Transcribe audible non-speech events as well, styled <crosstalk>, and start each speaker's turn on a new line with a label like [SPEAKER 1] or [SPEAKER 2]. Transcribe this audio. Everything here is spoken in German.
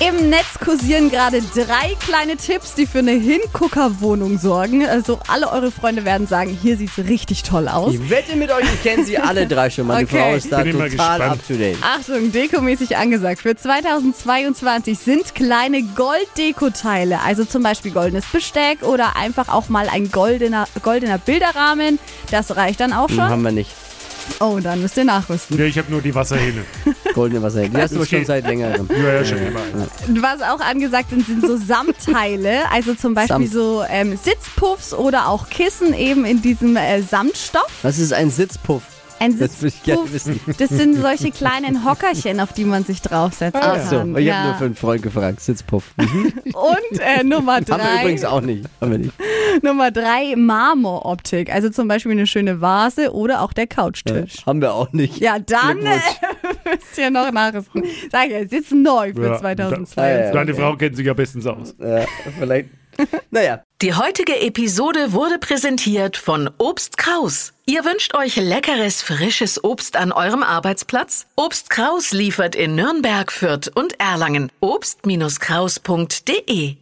[SPEAKER 1] Im Netz kursieren gerade drei kleine Tipps, die für eine Hinguckerwohnung sorgen. Also alle eure Freunde werden sagen, hier sieht's richtig toll aus.
[SPEAKER 2] Ich wette mit euch, ich kenne sie alle drei schon. Meine
[SPEAKER 1] <laughs> Okay.
[SPEAKER 2] Frau ist da
[SPEAKER 3] Bin immer
[SPEAKER 2] total
[SPEAKER 3] gespannt.
[SPEAKER 2] up to date.
[SPEAKER 1] Achtung, dekomäßig angesagt. Für 2022 sind kleine Golddekoteile, also zum Beispiel goldenes Besteck oder einfach auch mal ein goldener, goldener Bilderrahmen. Das reicht dann auch
[SPEAKER 2] Hm, Haben
[SPEAKER 1] schon.
[SPEAKER 2] wir nicht.
[SPEAKER 1] Oh, dann müsst ihr nachrüsten.
[SPEAKER 3] Nee, ich habe nur die Wasserhähne.
[SPEAKER 2] Goldene Wasser. Die hast du aber schon seit längerem.
[SPEAKER 3] Ja, ja, schon immer.
[SPEAKER 1] Was auch angesagt sind, sind so Samtteile, also zum Beispiel
[SPEAKER 2] Samt.
[SPEAKER 1] so ähm, Sitzpuffs oder auch Kissen eben in diesem äh, Samtstoff.
[SPEAKER 2] Was ist ein Sitzpuff?
[SPEAKER 1] Ein
[SPEAKER 2] Das würde ich gerne
[SPEAKER 1] Sitzpuff,
[SPEAKER 2] wissen.
[SPEAKER 1] das sind solche kleinen Hockerchen, auf die man sich draufsetzt.
[SPEAKER 2] Ach Ah so, ich habe nur
[SPEAKER 1] Ähm, ja.
[SPEAKER 2] für einen Freund gefragt. Sitzpuff. Mhm.
[SPEAKER 1] Und äh, Nummer
[SPEAKER 2] Haben wir übrigens
[SPEAKER 1] drei,
[SPEAKER 2] auch nicht. Haben wir nicht.
[SPEAKER 1] Nummer drei, Marmoroptik. Also zum Beispiel eine schöne Vase oder auch der Couchtisch.
[SPEAKER 2] Haben wir auch nicht.
[SPEAKER 1] Ja, dann äh, <laughs>
[SPEAKER 2] Glückwunsch.
[SPEAKER 1] müsst ihr noch nachrüsten. Sag ich, es ist neu für
[SPEAKER 3] Ja,
[SPEAKER 1] 2022.
[SPEAKER 3] Deine Frau kennt sich ja bestens aus.
[SPEAKER 2] Ja, vielleicht. Naja.
[SPEAKER 4] Die heutige Episode wurde präsentiert von Obst Kraus. Ihr wünscht euch leckeres, frisches Obst an eurem Arbeitsplatz? Obst Kraus liefert in Nürnberg, Fürth und Erlangen. Obst-Kraus.de